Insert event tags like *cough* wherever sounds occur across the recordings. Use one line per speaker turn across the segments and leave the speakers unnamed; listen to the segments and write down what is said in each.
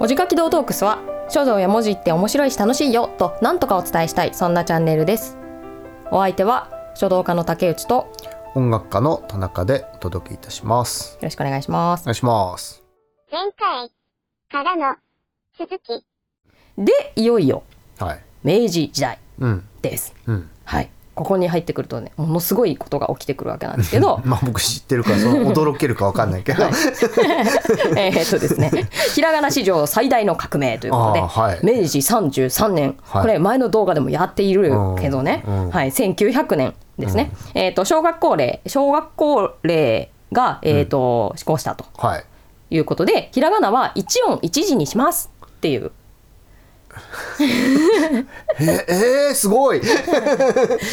文字書き堂トークスは書道や文字って面白いし楽しいよとなんとかお伝えしたいそんなチャンネルですお相手は書道家の竹内とよ
音楽家の田中でお届けいたします。
ろしくお願いしま
お
す
願いします。
前回からの続き。
でいよいよ
はい。
明治時代
うん。
です
うん。
はいここに入ってくるとねものすごいことが起きてくるわけなんですけど
*laughs* まあ僕知ってるから、そ
*laughs*
の驚けるかわかんないけど。あ
えーっとですねひらがな史上最大の革命ということで
あー、はい。
明治33年、
はい
これ前の動画でもやっているけどね、
うんうん
はい、1900年ですね、えー、と小学校令小学校令が、えーと施行したと
はい。
いうことでひらがなは一音一字にしますっていう
え、えー、すごい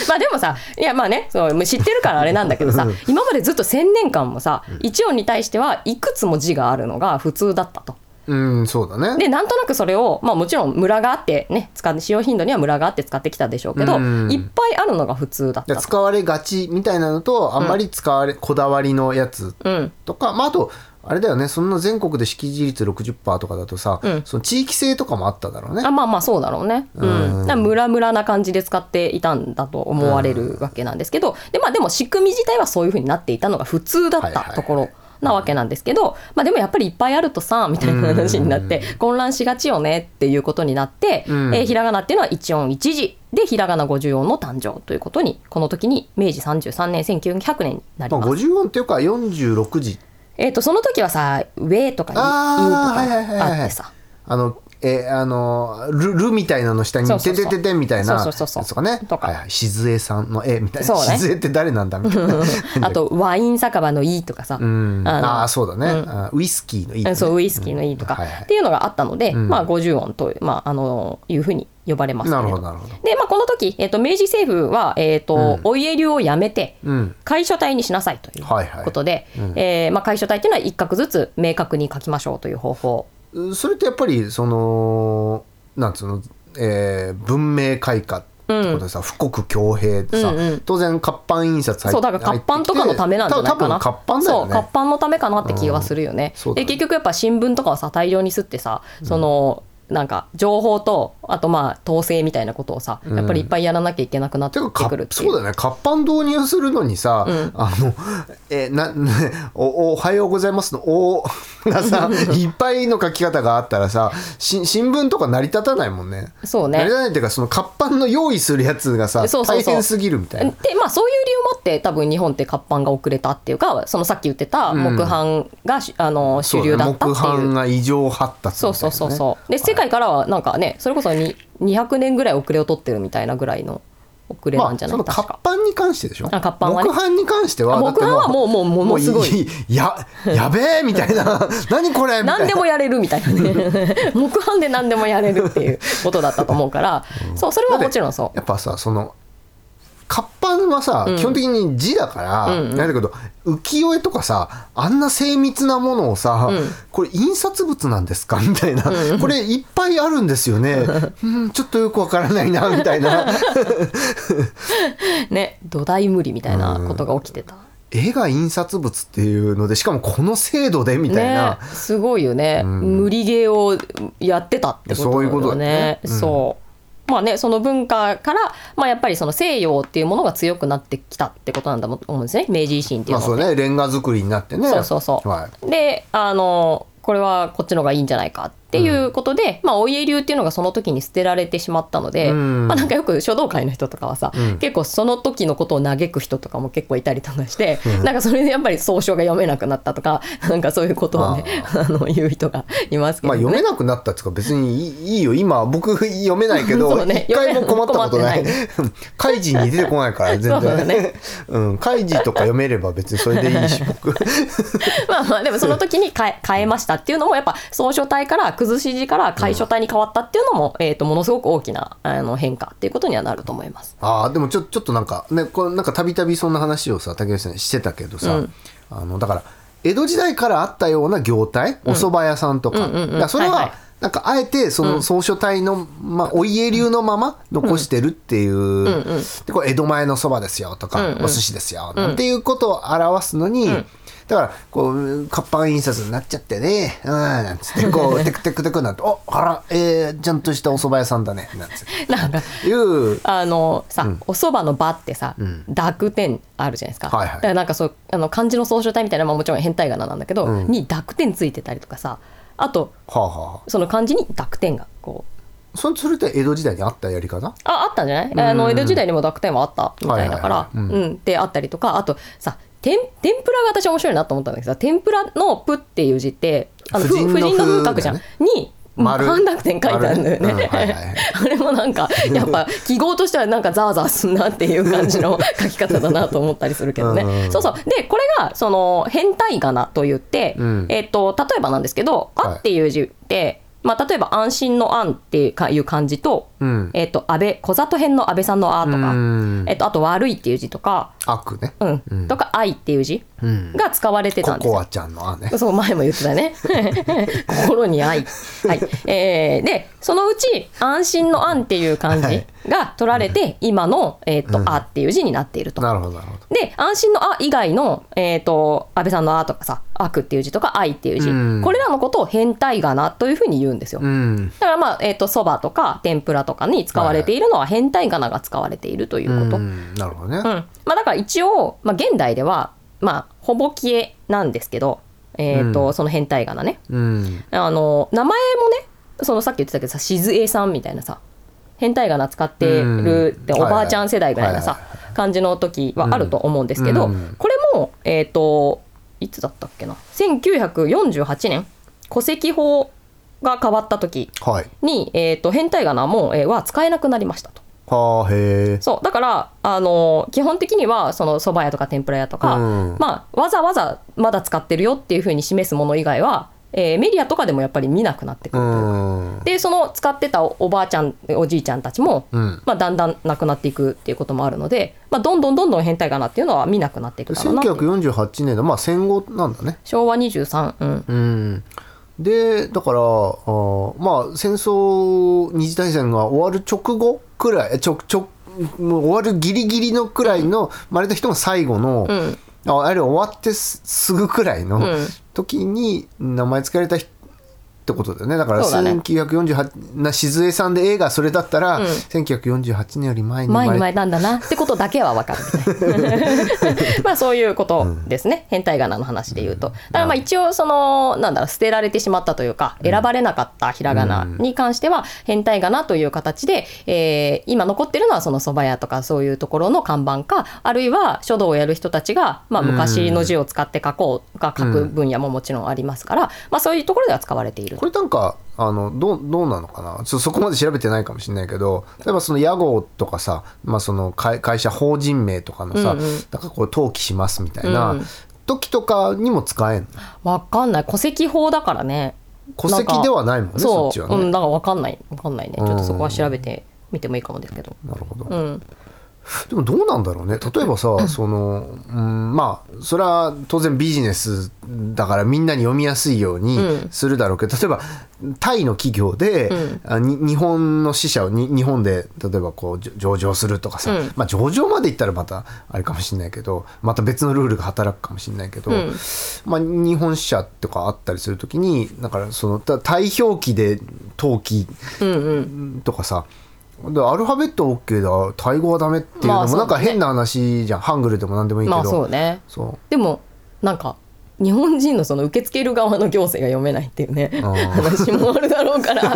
まあでもさいやまあねそうもう知ってるからあれなんだけど *laughs* さ今までずっと1,000年間もさ一音に対してはいくつも字があるのが普通だったと。
うん、そうだね。
でなんとなくそれを、まあ、もちろんムラがあってね使って使用頻度にはムラがあって使ってきたでしょうけど、
うん
いっぱいあるのが普通だった
じゃ
と。
あ使われがちみたいなのと、あんまり使われ、こだわりのやつ
うん
とか、まああと、あれだよね、そんな全国で識字率60%とかだとさ、
うん
その地域性とかもあっただろうね
あ。まあまあそうだろうね。う。
うんん
だからムラムラな感じで使っていたんだと思われるわけなんですけど、でまあでも仕組み自体はそういう風になっていたのが普通だっ
はいはいは
た
い
ところ。なわけなんですけど、まあ、でもやっぱりいっぱいあるとさみたいな話になって混乱しがちよねっていうことになって、
うん
えーひらがなっていうのは一音一字でひらがな50音の誕生ということにこの時に明治33年1900年になり
まあ、
ます。
50音っていうか46字
えー、とその時はさ「ウェ」とか「い」
あー
いと
はいはいはい
か
はい
あってさ
あの、えーあのルルみたいなの下に
そうそ
て
うそ
て
う
ててみたいな
そうそうそうそう
やつとかね
とか
はいはい、静江さんの絵みたいな、
そうね
静江って誰なんだみたいな
あと「ワイン酒場の「い」とかさ、
うん
あの
ああそうだね、
うん
あウイスキーのいい、
う
ね、
んそうウイスキーの「い」とか、
うんはいはい
っていうのがあったので、
ん
まあ、50音という,、まあ、あのいうふうに呼ばれますけ
な
れ
る
ど
ほどなるほど
で、まあ、この時、えっと明治政府は、えっと
うん
お家流をやめて
うん
会所体にしなさいという
はいはい
ことで、
うん
えーまあ、会所体っていうのは一画ずつ明確に書きましょうという方法
うんそれってやっぱりそのなんつうの、えー文明開化ってことでさ、富国強兵ってさ、
うんうん
当然活版印刷入って
そうだから活版とかのためなんじゃないかな
多分活版だよ
そう
ね
活版のためかなって気がするよね,、
うんそうだ
で
ね
結局やっぱ新聞とかはさ大量に吸ってさその、なんか情報とあとまあ統制みたいなことをさやっぱりいっぱいやらなきゃいけなくなって
て
く
かか
るっていう
そうだよね活版導入するのにさ、
うん
あのえなお「おはようございます」の「お」
*laughs*
がさいっぱいの書き方があったらさし新聞とか成り立たないもんね。
そうね
成り立たないっていうかその活版の用意するやつがさ
そうそうそう
大変すぎるみたいな。
でまあそういう理由もあって多分日本って活版が遅れたっていうかそのさっき言ってた
ん
木版がし、あの主流だったって
そうね
い
木
う。
版が異常発達みたいなね、
そうそうそうそうで世界からはなんかねそれこそに200年ぐらい遅れを取ってるみたいなぐらいの遅れ
ま
な
あ
んじゃな
そ
い
の
確
活
か。
版に関してでしょ
あ活版はね
木版に関しては
あ
だって
木版はもうもうものすごい
もうややべえみたいな *laughs* 何これみたいな
何でもやれるみたいな
*laughs*
ね *laughs* 木版で何でもやれるっていうことだったと思うから、そうそれはもちろんそう
やっぱさその活版はさ、基本的に字だから、
うんうん
なんだけど浮世絵とかさあんな精密なものをさ、
ん
これ印刷物なんですかみたいな、これいっぱいあるんです
*laughs*
よね、うん、ちょっとよくわからないなみたいな *laughs*
ね土台無理みたいなことが起きてた、
絵が印刷物っていうのでしかもこの精度でみたいな
ね、、すごいよね、無理ゲーをやってたってこと
そう
だ
いうこと
よ
だ
ね
ね
そうまあねその文化から、まあ、やっぱりその西洋っていうものが強くなってきたってことなんだと思うんですね明治維新ってい
ま
う
あ
の
そ
は
うねレンガ作りになってね
そうそうそう
はい、
であのこれはこっちの方がいいんじゃないかっていうことで、まあ、お家流っていうのがその時に捨てられてしまったので、
うん
まあ、なんかよく書道界の人とかはさ、
うん
結構その時のことを嘆く人とかも結構いたりとかして、なんかそれでやっぱり草書が読めなくなったとか *laughs* なんかそういうことをねあの言う人がいますけ
ま
ど
あ
ね。
読めなくなったっていうか別にいいいいよ今僕 *laughs* 読めないけ
そう
ど、
ね
一回も困ったことない
読め
*laughs* カイジに出てこないから全
そうだ
然
ね
うんカイジとか読めれば別にそれでいいし僕
*laughs* まあまあでもその時に変え変えましたっていうのもやっぱ草書体から崩し字から楷書体に変わったっていうのも、えー、とものすごく大きなあの変化っていうことにはなると思います。
ああでもちょちょっとなんかねこれなんかたびたびそんな話をさ竹内さんしてたけどさ、
うん
あのだから江戸時代からあったような業態お蕎麦屋さんとか,、
うんうんうん
だからそれは、
はいはい
なんかあえてその草書体の、まあ、お家流のまま残してるっていう、でこれ江戸前のそばですよとか、
うんうん
お寿司ですよ、なんていうことを表すのに、だからこう活版印刷になっちゃってねうんなんつってこ
*laughs*
うテクテクテクなんて「おあらえー、ちゃんとしたお蕎麦屋さんだね」なんつっ
なんか
ていう
あのさ、お蕎麦の場ってさ、濁点あるじゃないですか。
はいはい
だからなんかそうあの漢字の総書体みたいなまあもちろん変態仮名なんだけど、
うん
に濁点ついてたりとかさ、あと
はあは
その漢字に濁点がこう
あそれそれって江戸時代にあったやり方
ああったんじゃない？あの江戸時代にも濁点はあったみたいだから、
はいはいはいう
うんであったりとか、あとさ天天ぷらが私面白いなと思ったんだけどさ、天ぷらのプっていう字ってあのふ
婦人の
婦人の
風
風書くじゃん、
だ
に
丸
半濁点書いてあるんだよね。
丸ねうんはいはいはい
*laughs* あれもなんかやっぱ記号としてはなんかザーザーすんなっていう感じの書き方だなと思ったりするけどね。
うん
そうそう。でこれがその変態仮名と言って、
うん
えっ、と例えばなんですけど、
は
あ
い
っていう字って。まあ、例えば安心の安っていうかいう漢字と
うん
えっと安倍小里編の安倍さんの「あ」と
う
か、
ん
えっとあと「悪い」っていう字とか「
悪ね
うん
うん
とか「愛」っていう字
うん
が使われてた
コ
んですよ
コアちゃんのあね
そう前も言ってた
*laughs*
ね心に愛、はいえーでそのうち「安心の安」っていう漢字が取られて今の「えっとあ」っていう字になっていると。
なるほどなるほど
で安心の「あ」以外の、えー、と安倍さんの「あ」とかさ「悪」っていう字とか「愛」っていう字、
うん
これらのことを変態仮名というふうに言うんですよ。
うん
だからまあ、えっ、と、そばとか天ぷらとかに使われているのは変態仮名が使われているといううこと。うん。
んなるほどね、
まあだから一応、まあ現代では、まあ、ほぼ消えなんですけど、えっ、と、その変態仮名ね。
うん、
あの、名前もね、そのさっき言ってたけどさ、しずえさんみたいなさ、変態仮名使ってるって、
う
お
ん
ばあちゃん世代ぐらいの
は
さ
い、
感じの時はあると思うんですけど、
うん
これも、えっ、と、いつだったっけな、1948年、戸籍法が変わった時
はい
に、えー、と変態仮名も、えーは使えなくなりましたと。
はあへえ
そうだから、あのー基本的にはその蕎麦屋とか天ぷら屋とか、
うん
まあ、わざわざまだ使ってるよっていうふうに示すもの以外は、えーメディアとかでもやっぱり見なくなってく
う
るというか、
ん
でその使ってたおおばあちゃんおじいちゃんたちも、
うん
まあ、だんだんなくなっていくっていうこともあるので、まあ、どんどんどんどん変態仮名っていうのは見なくなっていくだろうなっていう
1948年のまあ戦後なんだね
昭和23、うん、
うんでだからあーまあ戦争二次大戦が終わる直後くらいえちょちょもう終わるギリギリのくらいの、まあ、あれと人も最後の、
ん
ああれ終わってすすぐくらいの
ん
時に名前付けられた人ってことだよねだから
そうだね
1948な静江さんで映画それだったら、1948年より前に
前に
生ま
前
れ
なんだな *laughs* ってことだけは分かる *laughs* みたいなまあそういうことですね、変態仮名の話で言うとだからまあ一応そのなんだろう捨てられてしまったというか選ばれなかったひらがなに関しては変態仮名という形で、えー今残ってるのはその蕎麦屋とかそういうところの看板かあるいは書道をやる人たちが、まあ、昔の字を使って書こうが書く分野ももちろんありますから、まあそういうところでは使われている
これなんかあのどうどうなのかなちょそこまで調べてないかもしれないけど例えばその屋号とかさ、まあ、その会会社法人名とかのさ、
うんうん
なんかこう登記しますみたいな、
うん
時とかにも使えんの
わかんない戸籍法だからね
戸籍ではないもんねそっちはね、
うん、だから分かんない分かんないねちょっ
うん
とそこは調べてみてもいいかもですけど
なるほど、
うん
でもどうなんだろうね例えばさその、うん、まあそれは当然ビジネスだからみんなに読みやすいように
うん
するだろうけど、例えばタイの企業で、
うん
あに日本の支社をに日本で例えばこうじょ上場するとかさ、
うん
まあ、上場までいったらまたあれかもしれないけどまた別のルールが働くかもしれないけど、
うん
まあ、日本支社とかあったりするときにだからそのた代表記で登記
うんうん
とかさでアルファベット OK だタイ語はダメっていう
ま
の
あそ
も
う
なんか
ね
変な話じゃん、ハングルでも何でもいいけど、
まあそうね
そう
でもなんか日本人のその受け付ける側の行政が読めないっていうね
あー
話もあるだろうから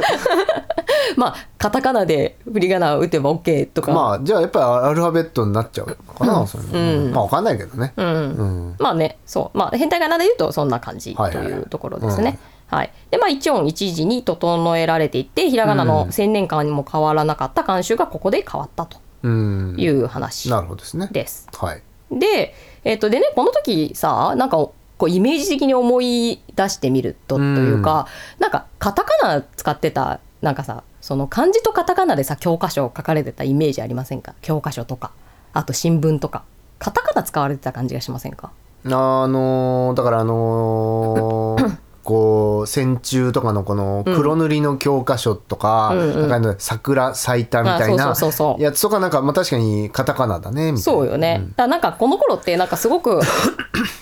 *laughs* まあカタカナで振り仮名を打てば OK とか、
まあじゃあやっぱりアルファベットになっちゃうのかな、それも
うん
まあわかんないけどね、
うん
うん
まあねそうまあ変態仮名で言うとそんな感じ
は
と
いはいはい
いうところですね。はい、でまあ一音一字に整えられていってひらがなの千年間にも変わらなかった慣習がここで変わったと
うん
いう話
なるほどですね
です。
はい
で、えっとでねこの時さなんかこうイメージ的に思い出してみるとというか、なんかカタカナ使ってたなんかさその漢字とカタカナでさ教科書書かれてたイメージありませんか教科書とかあと新聞とかカタカナ使われてた感じがしませんか *coughs*
あのーだからあのーこう戦中とかのこの黒塗りの教科書とか,、
うんうん
なんか桜咲いたみたい
あ
な
そうそうそうそう
やつとかなんか、まあ、確かにカタカナだねみたいな
そうよね、だからなんかこの頃ってなんかすご *laughs* く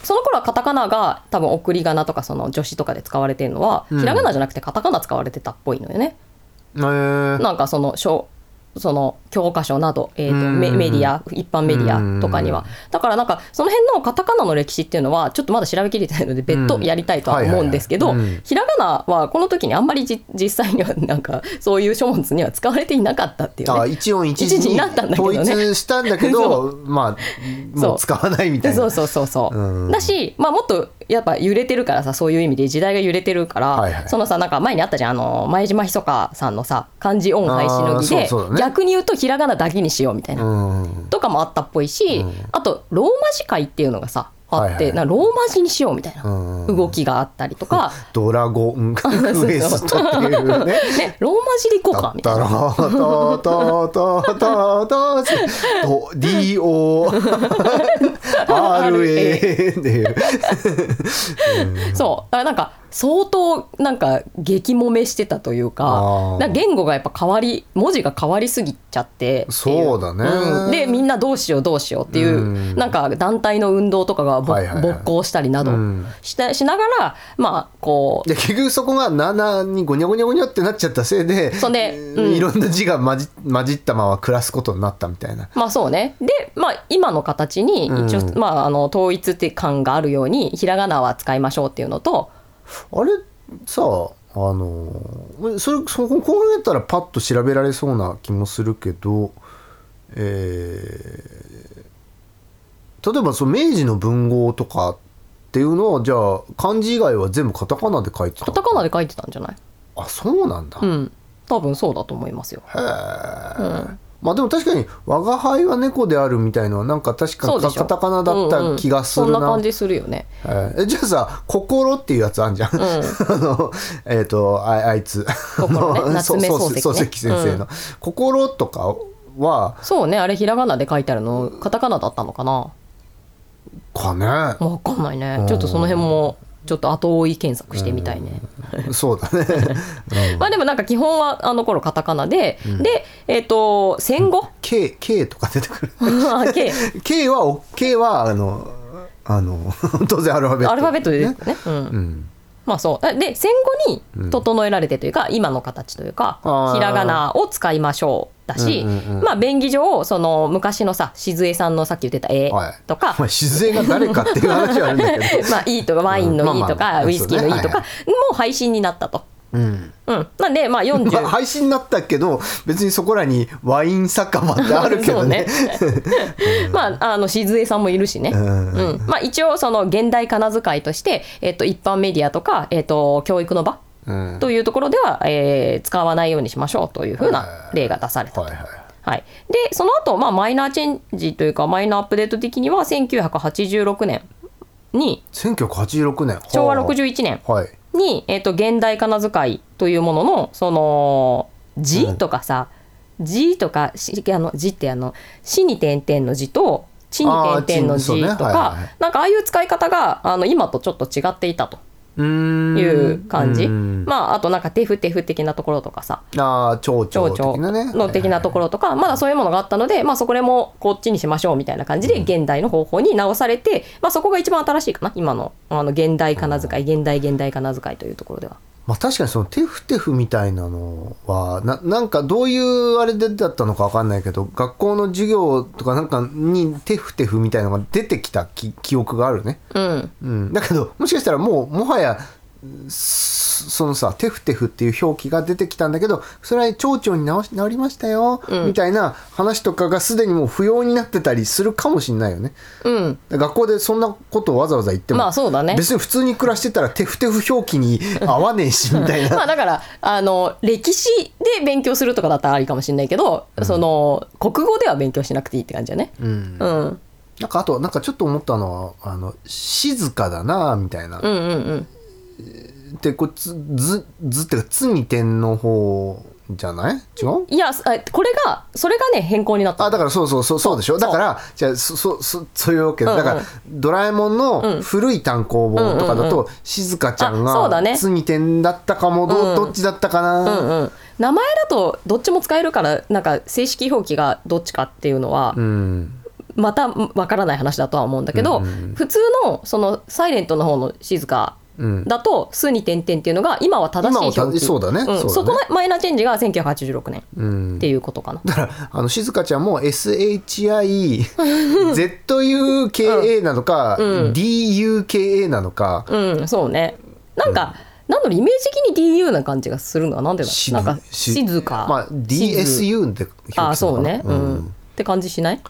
その頃はカタカナが多分送り仮名とかその助詞とかで使われてるのは、
うん
ひらがなじゃなくてカタカナ使われてたっぽいのよね。
え *laughs* ー
なんかその小その教科書など、えーと
うん
メメディア一般メディアとかにはだからなんかその辺のカタカナの歴史っていうのはちょっとまだ調べきれてないので別途やりたいとは思うんですけど、
うんはいはいはいうん
ひらがなはこの時にあんまりじ実際にはなんかそういう書物には使われていなかったっていう、ね、
あ一音一
一
字
字
に
になったんだけど
統
ね
一したんだけどまあもう使わないみたいな
そうそうそうそう、
うん
だし、まあ、もっとやっぱ揺れてるからさそういう意味で時代が揺れてるから、
はいはい
そのさなんか前にあったじゃんあの前島ひそかさんのさ漢字音廃止の儀
あー
で
そうそうだね
逆に言うとひらがなだけにしようみたいな、
うん
とかもあったっぽいし、あとローマ字会っていうのがさあって、
はいはい
なローマ字にしようみたいな
うん
動きがあったりと
*laughs*
か、
ドラゴン
そう
クエストっていうね。
*laughs* ねローマ字でいこう
だ
か
っ
みたい
た
な。
ら、たたたたたと、D. O. R. A. っていう。
そうだからなんか相当なんか激もめしてたという
あ
か
ー
だから言語がやっぱ変わり文字が変わりすぎちゃってってい
そうだね
んでみんなどうしようどうしようっていう、
うん
なんか団体の運動とかがぼ
はいはいはい
勃興したりなど
うん
したしながらまあこう
で、結局そこが7にごにゃごにゃごにゃってなっちゃったせいで。
そんでうん
いろんな字が混じ、混じったまま暮らすことになったみたいな。
まあそうねで、まあ、今の形に一応、
うん
まあ、あの統一って感があるようにひらがなは使いましょうっていうのと
あれ、さあのそれそここうやったらパッと調べられそうな気もするけど、えー例えばその明治の文豪とかっていうのはじゃあ漢字以外は全部カタカナで書いてた
カタカナで書いてたんじゃない
あそうなんだ、
う
へ
ん多分そうだと思いますよ。
え
うん
まあでも確かに「我が輩は猫である」みたいのはなんか確か
そうでしょ
カタカナだった気がする
うんう
な、
んそんな感じするよね。
はいえじゃあさ「心」っていうやつあんじゃん、 *laughs* あのえっ、とああいつ
心ね
あの
夏目
*laughs* そう
漱石ね
そう漱石先生の「心」とかは
そうねあれひらがなで書いてあるのカタカナだったのかな
か
*laughs*
ね
わかんないね
ん
ちょっとその辺もちょっと後追い検索してみたいね。
そうだね
まあでもなんか基本はあの頃カタカナで、でえっ、と戦後 *laughs*
K, K とか出てくる *laughs*
あ K
K はお K はあのあの *laughs* 当然アルファベット
アルファベットで出て
ね
くるね。うん
うん
まあそうで戦後に整えられてというか、今の形というか
あー
ひらがなを使いましょうだし、
うんうんうん
まあ便宜上その昔のさ静江さんのさっき言ってた「え
はい」
とか、
*laughs* お前静江が誰かっていう話はあるんだけど
*laughs* まあ「いい」とか「ワインのいい」と
まあまあ
か「ウイスキーのいい」と
そうね
か
は
もう配信になったと。
うん
うん、なんでまあ40、
*laughs* まあ、配信になったけど別にそこらにワイン酒場ってあるけどね
そう
*laughs*
ねまああの静江さんもいるしね、
うん
うんまあ、一応その現代仮名遣いとして、えっと一般メディアとか、えっと教育の場
うん
というところでは、えー使わないようにしましょうというふうな例が出されたと。
はいはい
はい、でその後、まあマイナーチェンジというかマイナーアップデート的には1986年に
1986年
昭和61年
はい
に、えっと現代仮名遣いというもののその字とかさ、字とかしあの字ってあの死に点々の字と地に点々の字
あ
と
ー地そうねはい
か、
はい
なんかああいう使い方があの今とちょっと違っていたと
うーん
いう感じ、
うん
まああとなんかテフテフ的なところとかさ
ああ蝶々
町長
的なね
の的なところとか、まだそういうものがあったので、まあ、そこでもこっちにしましょうみたいな感じで現代の方法に直されて、まあ、そこが一番新しいかな今のあの現代仮名遣い現代現代仮名遣いというところでは。
まあ確かにそのテフテフみたいなのはななんかどういうあれでだったのかわかんないけど学校の授業とかなんかにテフテフみたいなのが出てきたき記憶があるね
うん、
うん、だけどもしかしたらもうもはやそそのさ「テフテフ」っていう表記が出てきたんだけどそれは蝶々に直し直りましたよ、
うん
みたいな話とかがすでにもう不要になってたりするかもしれないよね
うん、
学校でそんなことをわざわざ言っても、
まあそうだね。
別に普通に暮らしてたら「テフテフ」表記に合わねえしみたいな
まあだからあの歴史で勉強するとかだったらありかもしれないけど、その国語では勉強しなくていいって感じだね。
うん
うん、うん
なんかあとなんかちょっと思ったのはあの静かだなみたいな、
うんうん
でこうつずずっていうか「つ」に点の方じゃない違う
いやすあこれがそれがね変更になった
あだからそうそうそうそうでしょ
う
だからじゃあそそそそういうわけで
うんうん
だからドラえもんの古い単行本とかだと静香ちゃん
あそうだ
が
ね
つに点だったかも
う
ど
ん
どっちだったかな
うんうん、名前だとどっちも使えるからなんか正式表記がどっちかっていうのは
うん
またわからない話だとは思うんだけど、
うんうん
普通のその「サイレントの方の静か
うん
だと「数に点々」っていうのが今は正しい
今は
表
正
記
そうだね
ん
そうだね
そこがマイナーチェンジが1986年
う
っ
ん
ていうことかな、
だからあの静香ちゃんも SHIZUKA なのか、DUKA なのか
うん、そうね。なんか、なんだろう、イメージ的に DU な感じがするのはなんでだ
し
なんか、
し
静か。
まあ、
静
DSU って表記
あ、
する
そ
の
う
かな
ね。うん。って感じしない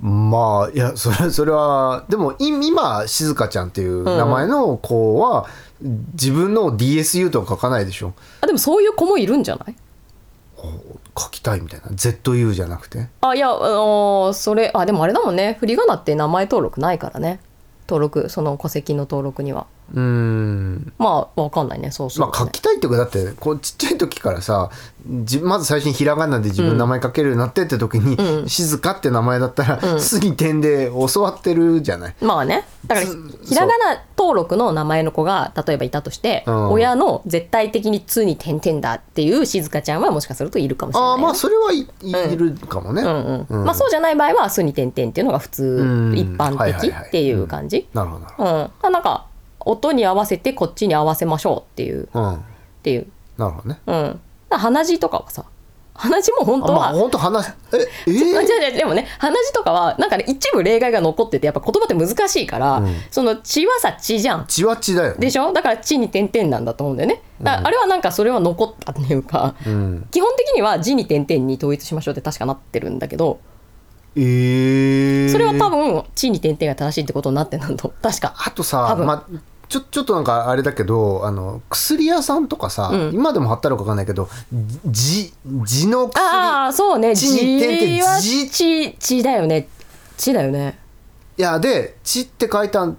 まあいやそれそれはでもい今静香ちゃんっていう名前の子は、自分の DSU とは書かないでしょ
あ、でもそういう子もいるんじゃない
書きたいみたいな ZU じゃなくて
あ、いや、あのーそれ、あ、でもあれだもんね。振り仮名って名前登録ないからね。登録、その戸籍の登録には。
うーん
まあ、わかんないね。そうそう、ね。
まあ書きたいっていうかだってこうちっちゃい時からさじまず最初にひらがなで自分の名前書けるようになってって時に「
うん
静か」って名前だったら「す」に点で教わってるじゃない。
まあねだから
つ
ひらがな登録の名前の子が例えばいたとして、
うん
親の絶対的に「つ」に「点々」だっていう静香ちゃんはもしかするといるかもしれない
あ
ね、
あまあそれはい、い
うん
いるかもね。
うんうん
うん
まあそうじゃない場合は「す」に「点々」っていうのが普
う
通
ん
一般
はいはい
的
はい
っていう感じ、
なるほどなる
うんあなんか音に合わせてこっちに合わせましょうっていう
ほど。うん
っていう、
なるほどね。
うん、だから鼻血とかはさ鼻血も本
あ
当
まあ
は、
本当話ええ
あ違う
ー
違うでもね鼻血とかはなんかね一部例外が残っててやっぱ言葉って難しいから、
うん
その血はさ血じゃん
血は血だよね。
でしょだから地に点々なんだと思うんだよね。だからあれはなんかそれは残ったっていうか、
うん、
基本的には字に点々に統一しましょうって確かなってるんだけど、
えー、
それは多分地に点々が正しいってことになってんだと思う確か。
あと
多
さ、
分
まあ、ちょちょっとなんかあれだけどあの薬屋さんとかさ、
うん
今でも貼ったのかわかんないけどじ地の薬
ああそうね。
地に点々
字は
字
地地だよね。地だよね。
いやで「血」って書いてあ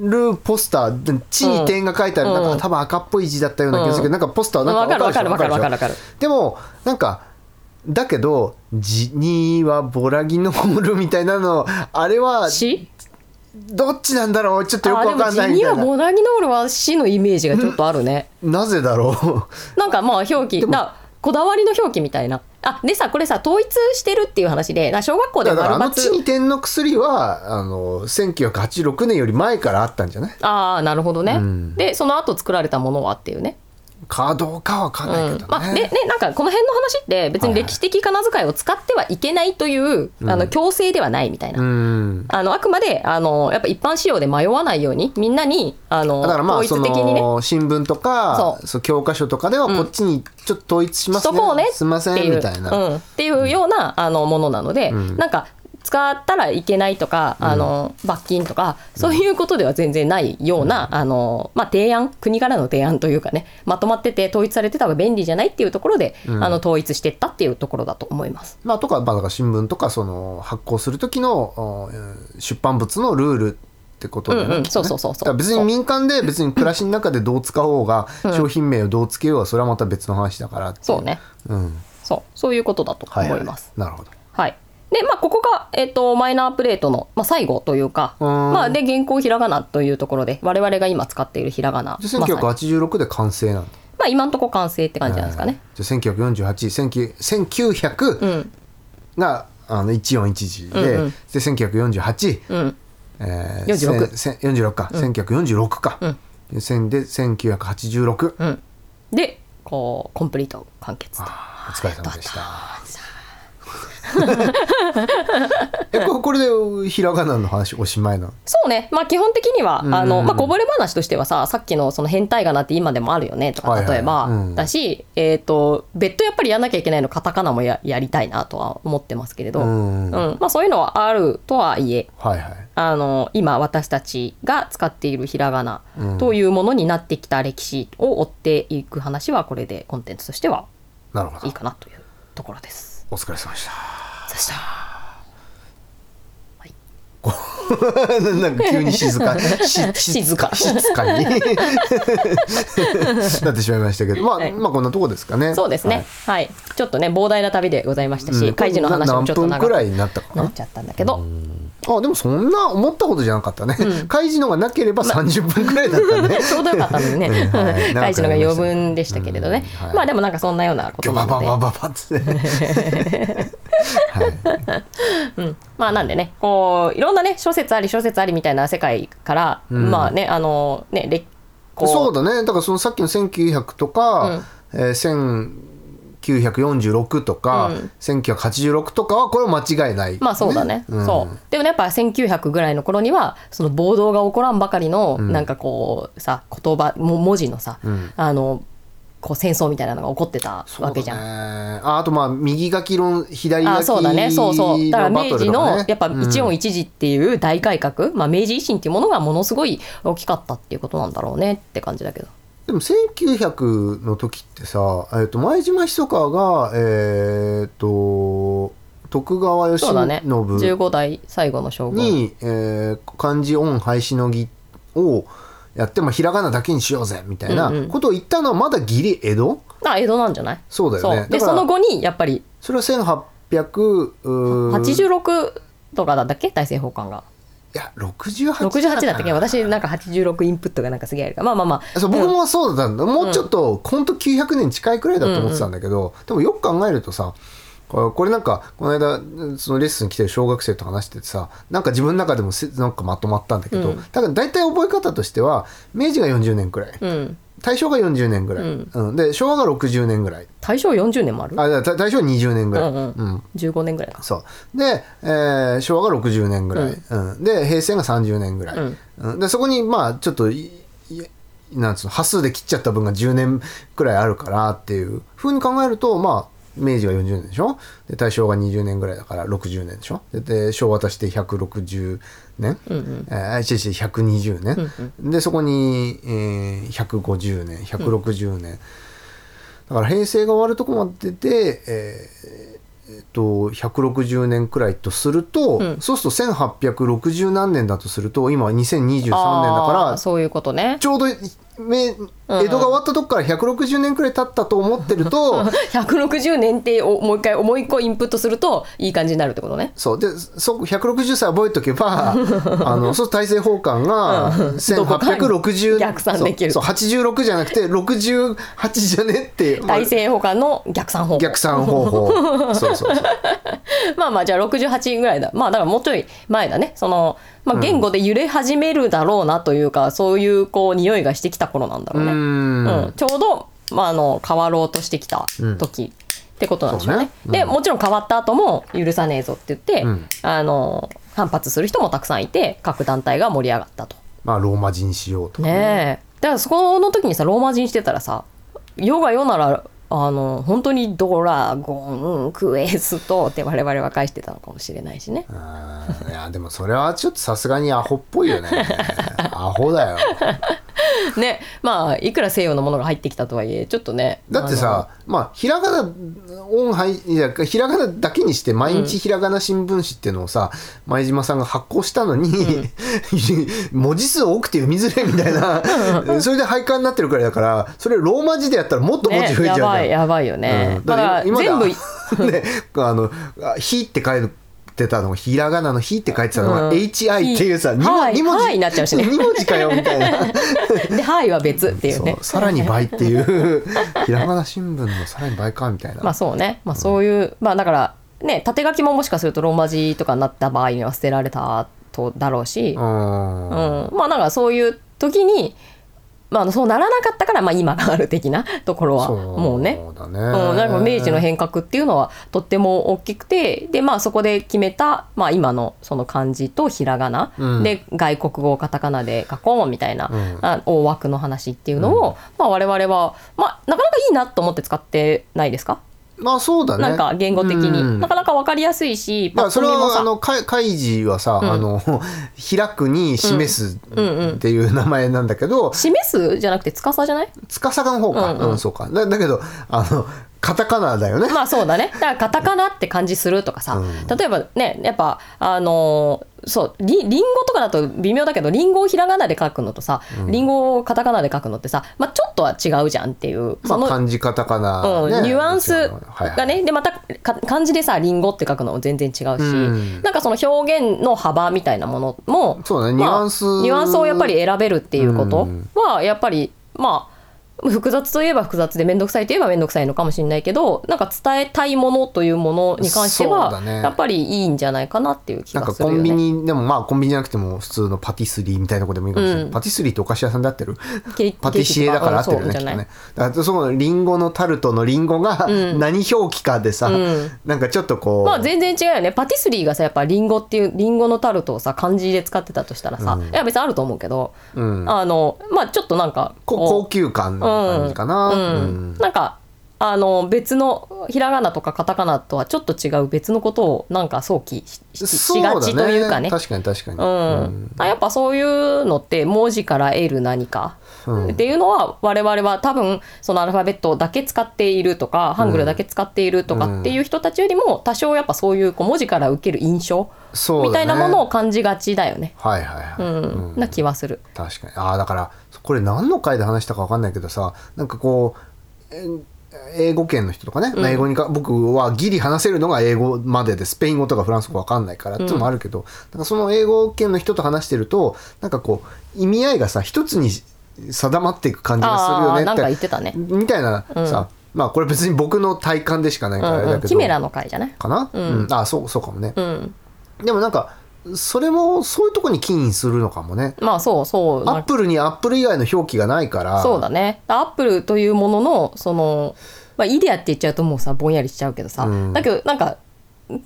るポスターで「血」に点が書いてある、
うん
なん
う
か
ん
多分赤っぽい字だったような気がするけど、
うん
なんかポスターはな
わ
んか
かるわかるわかるわか
でしょ
るわかる。
でもなんかだけど「地」にはボラギノールみたいなのあれは
死？
どっちなんだろうちょっとよく
あーで
わ
も
かんな
字
いみ
に
た
はい
な
モナギノールは死のイメージがちょっとあるね。
なぜだろう
なんかまあ表記だこだわりの表記みたいな。あでさこれさ統一してるっていう話で、な小学校で
だから
丸
あの
抜
地に点の薬はあの1986年より前からあったんじゃない
ああなるほどね、
うん
でその後作られたものはっていうね,、
かどうかは分かん
うん
ないけどね。
まあ、でねなんかこの辺の話って別に歴史的仮名遣いを使ってはいけないという、あの強制ではないみたいな、
うん
あのあくまであのやっぱ一般使用で迷わないようにみんなにあの
だからまあ
統一
そ
的にね
の新聞とか
そ
そう教科書とかではこっちにちょっと統一しま
し
す
と
ね、
こうね
すいませ
って
ん
いう
みたいな、
うん、っていうようなあのものなので、
ん
なんか使ったらいけないとかあの、罰金とかそういうことでは全然ないような、あのまあ、提案国からの提案というかねまとまってて統一されてた方が便利じゃないっていうところで、あの統一してったっていうところだと思います。
まあとかまあだから新聞とかその発行する時のおえー出版物のルールってことだよね、
うんうん
きっとね
そうそうそうそう
だから別に民間で別に暮らしの中でどう使おうが、商品名をどうつけようはそれはまた別の話だからってい
そうね、
うん
そうそういうことだと
はいは
思います。
なるほど
はい。で、まあ、ここが、えっと、マイナーアップデートの、まあ、最後というか、
うん
まあ、で、現行ひらがなというところで、我々が今使っているひらがな。
で
まさに
1986で完成なんだ
まあ、今んとこ完成って感じなんですかね。
はいじゃあ1948 1900、
うん。
があの1411で,、
うんうん
で1948、
うん。
えー、
46
せんせん46か、1946か、
うん
でせんで1986、
うん。で、こう、コンプリート完結と。
あーお疲れ様でし
ド
たえここれでひらがなの話おしまいなの
そうね。まあ、基本的には、
ん
あの、まあ、こぼれ話としてはさ、さっきのその変態仮名って今でもあるよねと
は
か、
いはい
例えば、
うん
だし、えっ、と、別途やっぱりやんなきゃいけないの、カタカナもややりたいなとは思ってますけれど、
うん
うん。まあ、そういうのはあるとはいえ、
はいはい
あの今私たちが使っているひらがな
うん
というものになってきた歴史を追っていく話はこれでコンテンツとしては
なるほ
い
ど
いかなというところです。
お疲れ様でした
さした
*laughs* なんか急に静
*laughs*
かし
静か
静
*laughs*
かになってしまいましたけどまあ、
はい
まあこんなとこですかね
そうですね、はい、ちょっとね膨大な旅でござざいましたし、
うん
開示の話もちょっと
何
長
分く
く
らいになったか
な
な
っちゃったんだけど、
あでもそんな思ったことじゃなかったね、開示のがなければ30分くらいだったね
ちょうどよかったのにね、
うんはい
*laughs* 開示のが余分でしたけれどね、
うんはい
まあでもなんかそんなようなこと
今日
な
バ
の
バ
で
バババって、はい、
まあなんでねこういろんなね諸説あり諸説ありみたいな世界から、
うん
まあねあのねれこう
そうだねだからそのさっきの1900とか、えー1946とか、
うん
1986とかはこれは間違いない、
まあそうだね
ん
そうでもねやっぱ1900ぐらいの頃にはその暴動が起こらんばかりの、
ん
なんかこうさ言葉も文字のさ、
ん
あのこう戦争みたいなのが起こってたわけじゃん。
そうだねああとまあ右書き論左書き
あそうだねそうそうだから
バ
明
ト
治
ルとかね
のやっぱ一音一字っていう大改革、まあ、明治維新っていうものがものすごい大きかったっていうことなんだろうねって感じだけど
でも1900の時ってさ、えっと前島密がえっ、と徳川慶
そうだね
喜
15代最後の将軍
に、えー漢字音廃止の儀をやって、まあ、ひらがなだけにしようぜみたいな
うんうん
ことを言ったのはまだギリ江戸
あ江戸なんじゃない
そうだよね
で
だから
その後にやっぱり
それは1800うー
86とかだったっけ大政奉還が
いや68
68だったっけ私なんか86インプットがなんかすげえあるからまあまあまあ
そう僕
うん
もそうだったんだ、もうちょっと、ほんと900年近いくらいだと思ってたんだけど、でもよく考えるとさこれこれなんかこの間そのレッスン来てる小学生と話しててさなんか自分の中でもせなんかまとまったんだけど、だから大体覚え方としては明治が40年くらい、
うん
大正が40年ぐらい、
うん
うんで昭和が60年ぐらい
大正40年もある
あだから大大正20年ぐらい、
うんうん
うん
15年ぐらいか
そうで、えー昭和が60年ぐらい、うんで平成が30年ぐらい、
うん
うんでそこにまあちょっといいなんつうの端数で切っちゃった分が10年くらいあるからっていうふうに考えるとまあ明治が40年でしょで大正が20年ぐらいだから60年でしょでで昭和足して160年、えー、あ違う違う120年、でそこに、えー150年160年、だから平成が終わるとこまでで、えーえっと160年くらいとすると、そうすると1860何年だとすると今は2023年だ
あー
から
そういうことね
ちょうどめ江戸が終わったとこから160年くらい経ったと思って
*laughs*
ると
160年っておもう一回もう一個インプットするといい感じになるってことね
そうでそ160歳覚えと
*laughs*
けばあのそうすると大政奉還が
どこかに
1860
逆算できる
そうそう86じゃなくて68じゃねっていう
大政奉還の逆算法
逆算
*laughs*
方法そうそうそう
まあまあじゃあ68ぐらいだまあだからもうちょい前だねその、まあ、言語で揺れ始めるだろうなというか、そういうこう匂いがしてきた頃なんだろうね
うーん
うんちょうど、まあ、あの変わろうとしてきた時、ってことなんでしょうね
そうね
で
うん
もちろん変わった後も許さねえぞって言って、
うん
あの反発する人もたくさんいて各団体が盛り上がったと。
まあローマ字にしようとか
ねえだからそこの時にさローマ人してたらさ「世が世ならあの本当にドラゴンクエスト」って我々は返してたのかもしれないしね
あーいやでもそれはちょっとさすがにアホっぽいよね
*laughs*
アホだよ
ねまあいくら西洋のものが入ってきたとはいえちょっとね
だってさまあひらがな音配いやひらがなだけにして毎日ひらがな新聞紙っていうのをさ、前島さんが発行したのに、 *laughs* 文字数多くて読みづらいみたいなそれで廃刊になってるくらいだからそれローマ字でやったらもっと文字
ね
増えちゃ
や
うじゃん、
ばいやばいよね、
うん
だから
今
全部
部 *laughs* ねあの「ひ」って書いてたのがひらがなの「ひ」って書いてたのが「
うん
HI」っていうさ
ひ
二文
はい
二文字
はいになっちゃうしね
2文字かよみた
*laughs*
いな
で「はい」は別っていうね
そうさらに倍っていう
*laughs*
ひらがな新聞のさらに倍かみたいな、
まあそうね、まあ、そういう、まあだからね縦書きももしかするとローマ字とかになった場合には捨てられたとだろうし、
うん
うん、まあなんかそういう時に、まあ、そうならなかったから、まあ、今がある的な *laughs* ところはもうね。
そうだね、
うん、なんか明治の変革っていうのはとっても大きくてで、まあ、そこで決めた、まあ、今のその漢字とひらがな、
うん
で外国語をカタカナで書こうみたいな、
うん
あ大枠の話っていうのを、まあ、我々は、まあ、なかなかいいなと思って使ってないですか、
まあそうだね
なんか言語的に、
うん
なかなか分かりやすいし
ま
パッ
あそ
と
れ
見も
は
さ
あのか開示はさ、
ん
あの *laughs* 開くに示す
うんうん
っていう名前なんだけど、
示すじゃなくて司じゃない
司の方か、
う
うんん
うん
そうかだだけどあのカタカナだよね。
まあそうだね。だからカタカナって感じするとかさ、
うん
例えばね、やっぱ、あのーそうり、りんごとかだと微妙だけど、りんごをひらがなで書くのとさ、りんごをカタカナで書くのってさ、まあちょっとは違うじゃんっていう、
ま
そ
あ、
の、
漢字カタカナ、
うん
ね
ニュアンスがね、
はいはい
でまたか漢字でさ「りんご」って書くのも全然違うし、
うん
なんかその表現の幅みたいなものも
そうだね、
まあ
ニュアンス、
ニュアンスをやっぱり選べるっていうことはやっぱりまあ複雑といえば複雑で面倒くさいといえば面倒くさいのかもしれないけどなんか伝えたいものというものに関して
そうだ
は、
ね
やっぱりいいんじゃないかなっていう気
なん
が
か
する
コ
よね。
ンビニでもまあコンビニじゃなくても普通のパティスリーみたいなとこでもいいかもしれない、
うん
パティスリーってお菓子屋さんで合っ
*laughs*
てる
ケーキ
パティシエだから合ってるよね
ケーキ
きっ
と
と
かうんそうじゃない
ねだからそのリンゴのタルトのリンゴが
うん
何表記かでさ、
うん
なんかちょっとこう、
まあ全然違うよねパティスリーがさやっぱリンゴっていうリンゴのタルトをさ漢字で使ってたとしたらさ、
うん
いや別にあると思うけど、
うん
あのまあちょっとなんか
こ高級感の感じかな、
うん
うん
なんかあの別のひらがなとかカタカナとはちょっと違う別のことをなんか想起しし
そう
し
だ
が
ね
ちというかね。
確かに確かに、
うんあやっぱそういうのって文字から得る何か、
うん
っていうのは我々は多分そのアルファベットだけ使っているとかハングルだけ使っているとかっていう人たちよりも多少やっぱそういうこう文字から受ける印象
そうだね
みたいなものを感じがちだよね。
はいはいはい、
うん、な気はする。
確かにああだからこれ何の回で話したか分かんないけどさなんかこうえー英語圏の人とかね、まあ英語にか僕はギリ話せるのが英語まででスペイン語とかフランス語分かんないからっていうのもあるけど、なんかその英語圏の人と話してるとなんかこう意味合いがさ一つに定まっていく感じがするよ
ああー
ねって
なんか言ってたね。
みたいなさ、まあこれ別に僕の体感でしかないからあれ
うんう
だ
ん、
けど、
キメラの回じゃない
かな、う
ん
んあそうそうかもね、
うん、
でもなんかそれもそういうとこに起因するのかもね
まあそうそう
アップルにアップル以外の表記がないから
そうだねアップルというもののその、まあ、イデアって言っちゃうともうさぼんやりしちゃうけどさ、
うん
だけどなんか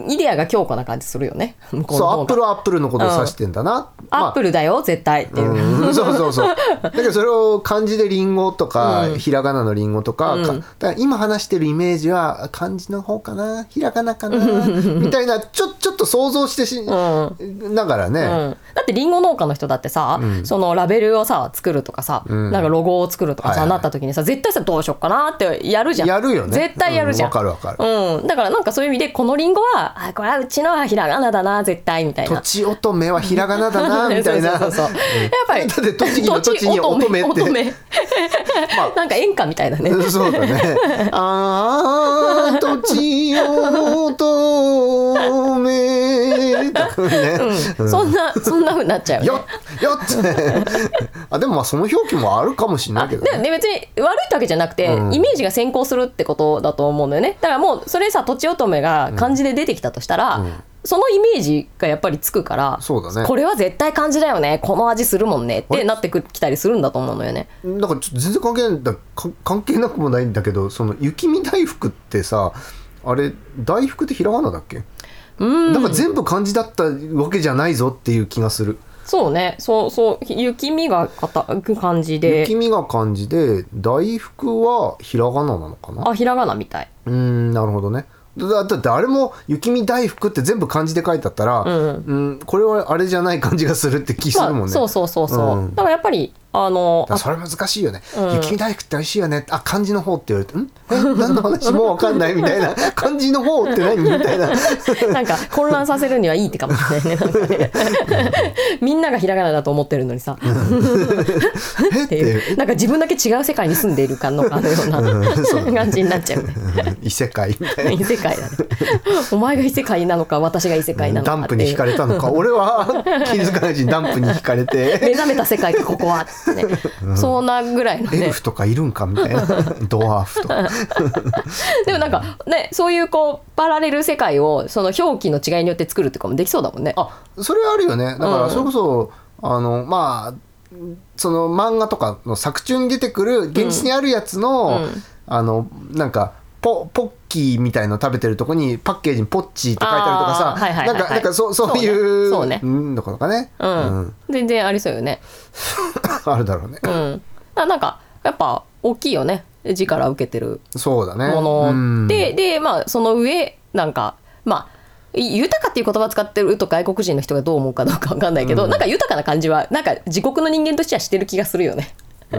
イデアが強固な感じするよね向こう
そう
の
アッ
方
プ
が
ルはアップルのことを指してんだな、
アッ
ル
プルだよ絶対っていう、
うん、そうそうそうだけどそれを漢字でリンゴとか、
うん
ひらがなのリンゴとか,か、
うん
だから今話してるイメージは漢字の方かなひらがなかなみたいなちょちょっと想像してし、
うん
ながらね、
うん、だってりんご農家の人だってさ、
うん
そのラベルをさ作るとかさ、
うん
なんかロゴを作るとかさ、
はいは
な
い
った時にさ絶対さどうしよっかなってやるじゃん
やるよね
絶対やるじゃん
うんわかるわかる
うん、だからなんかそういう意味でこのりんごはあこれはうちのはひらがなだな絶対みたい
と
な
ちおとめはひらがなだなみたいな
*laughs* そうそうそうそうやっぱり
だって栃木の栃木に乙女っ
乙
て
女なんか演歌みたいだね
そうだね。あーとちおとめとかね。
うんそんなそんなふうになっちゃうよ
よ
ね
っよっってあでもまあその表記もあるかもしれないけど、
で
ね、
で別に悪いってわけじゃなくて、
うん
イメージが先行するってことだと思うんだよねだからもうそれさとちおとめが漢字で出てきたとしたら、
うん
そのイメージがやっぱりつくから
そうだね
これは絶対漢字だよねこの味するもんねっ
あれ
てなってくきたりするんだと思うのよね
なんかちょっと全然関係ないんだか関係なくもないんだけどその雪見大福ってさあれ大福ってひらがなだっけ
うん
なんか全部漢字だったわけじゃないぞっていう気がする
そうねそうそう雪見がかた感じで
雪見が漢字で大福はひらがななのかな
あひらがなみたいう
ーんなるほどねだだだってあれも「雪見大福」って全部漢字で書いてあったら、う
うんん
これはあれじゃない感じがするって気するもんね、
まあ、そうそうそうそう、
うん
だからやっぱりあの
だからそれは難しいよね、
うん
雪見大福って美味しいよねあ漢字の方って言われて「んえ何の話もう分かんない」みたいな「漢字の方って何?」みた
*laughs*
いな
あなんか混乱させるにはいいってかもしれない
*laughs*
ねなんかねみんながひらがなだと思ってるのにさっ
「えってていう
いうなんか自分だけ違う世界に住んでいるかのかのような
うんそうだね
感じになっちゃう
*laughs*
ね
うん異世界みたいな。
異世界だねお前が異世界なのか私が異世界なの
ダ
か
ン
っ
プ
て
に
い
惹
う
かれたのか俺は気づかないうちにダンプに惹かれ
目
て
覚めた世界かここはってね、そんなぐらいの
エル
*laughs* ね
フとかいるんかみたいなドワーフとか
でもなんかねそういうこうパラレル世界をその表記の違いによって作るとかもできそうだもんね
あそれはあるよねだから
うん
それこそ、あのまあその漫画とかの作中に出てくる現実にあるやつの、
うん
あのなんかポポッキーみたいの食べてるとこにパッケージに「ポッチー」って書いてあるとかさ、
あーはいはいはいはい
なんかなんかそうそういう
そうね
うんのかとかね、
うん、
うん *laughs*
全然ありそうよね
あるだろうね、
うん、あなんかやっぱ大きいよね字から受けてる
そうだね
も
うん
ので、でまあその上なんかまあい豊かっていう言葉使ってると外国人の人がどう思うかどうかわかんないけど、なんか豊かな感じはなんか自国の人間としてはしてる気がするよね。
う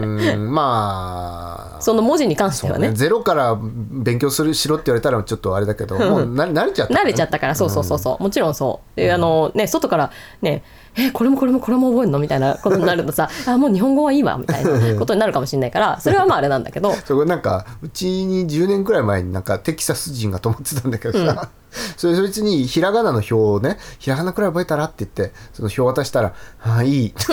*laughs*
んまあ
その文字に関してはね
ゼロから勉強するしろって言われたらちょっとあれだけど、もうな慣れちゃった、
慣れちゃったからそうそうそうそう、もちろんそうであのね外からねえこれもこれもこれも覚えるのみたいなことになるとさあもう日本語はいいわみたいなことになるかもしれないからそれはまああれなんだけど
そこなんかうちに10年くらい前になんかテキサス人が泊まってたんだけどさ、 *laughs* それそいつにひらがなの表をねひらがなくらい覚えたらって言ってその表渡したら「あいい」 *laughs* いいって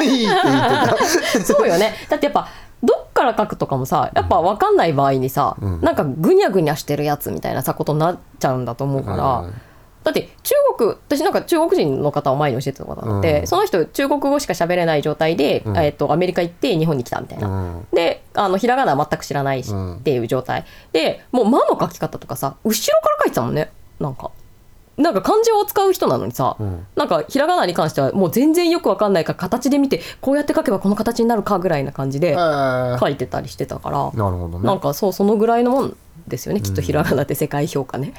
言ってた *laughs*
そうよねだってやっぱどっから書くとかもさやっぱ分かんない場合にさ、
ん
なんかぐにゃぐにゃしてるやつみたいなさことになっちゃうんだと思うから。
うん
だって中国私なんか中国人の方を前に教えてた方があって、
うん
その人中国語しか喋れない状態で、
うん
えっとアメリカ行って日本に来たみたいな、
うん
であのひらがなは全く知らないし、
うん
っていう状態でもう間の書き方とかさ後ろから書いてたもんねなんかなんか漢字を使う人なのにさ、
うん
なんかひらがなに関してはもう全然よくわかんないから形で見てこうやって書けばこの形になるかぐらいな感じで
あー
書いてたりしてたから、
なるほどね
なんかそうそのぐらいのもんですよねきっとひらがなって世界評
*laughs*
価ね、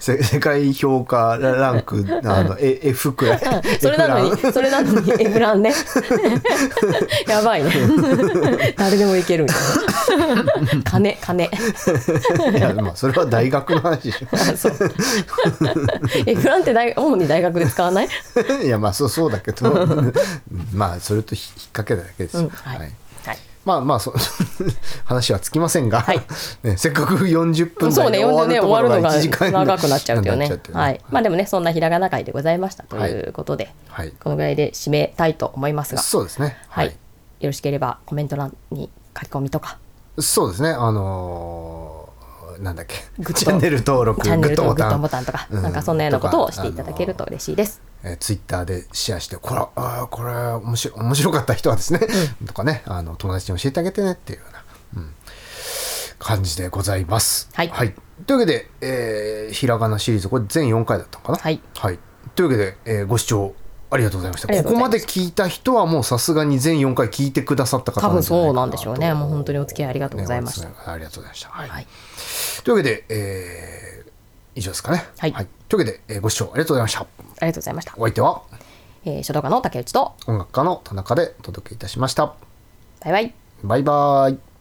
せ世界評価ランク
*laughs*
あのえ F くらい
それなの
F ラン
に、それなのに、エプラン
*laughs*
ね。やばいね。誰でもいけるみたいな。金、金。
いやまあそれは大学の話
*laughs*
でし *laughs*
そう。エプランって大主に大学で使わない
ょいやまあそうそうだけど *laughs* まあそれとひ引っ掛けただけですよ、
うんはいはい。
まあまあそ *laughs* 話はつきませんが、
はい
ね、せっかく40分
そうね、
台で
40
終
ね、
わ
終
る
わ
とこ
るの
ろが
が
1時間
長くなっちゃうという
なっ
ね
ち。
はい。まあでもね、そんなひらがな会でございましたと
はい
いうことで、
はい
このぐらいで締めたいと思いますが、
そうですね
はい。よろしければコメント欄に書き込みとか、
そうですねあのーなんだっけ
グッド
チャンネル登録
チャンネル登録グ
グッ
ッド
ドボ
ボ
タ
タ
ン
ンとか、
うん
なんかそんなようなこと
と
を
か
していただけると嬉しいです。
えー、ツイッターでシェアしてこらあーこれ面白い面白かった人はですね、とかねあの友達に教えてあげてねっていうような、うん感じでございます。
はい
というわけで、えーひらがなシリーズこれ全4回だったのかな。
はい
というわけで、えーご視聴ありがとうございました
ありが
こと
う
こ
ござ
ま
いま
で聞いた人はもうさすがに全4回聞いてくださった方じゃいか
多分そうなんでしょうねもう本当にお付き合いありがとうございました
ねありがとうございました。はい
はい。
というわけで、えー以上ですかね。
はい
というわけで、えーご視聴ありがとうございました。
ありがとうございました。
お相手は
えー書道家の竹内と
音楽家の田中でお届けいたしました。
バイバイ。
バイバーイ。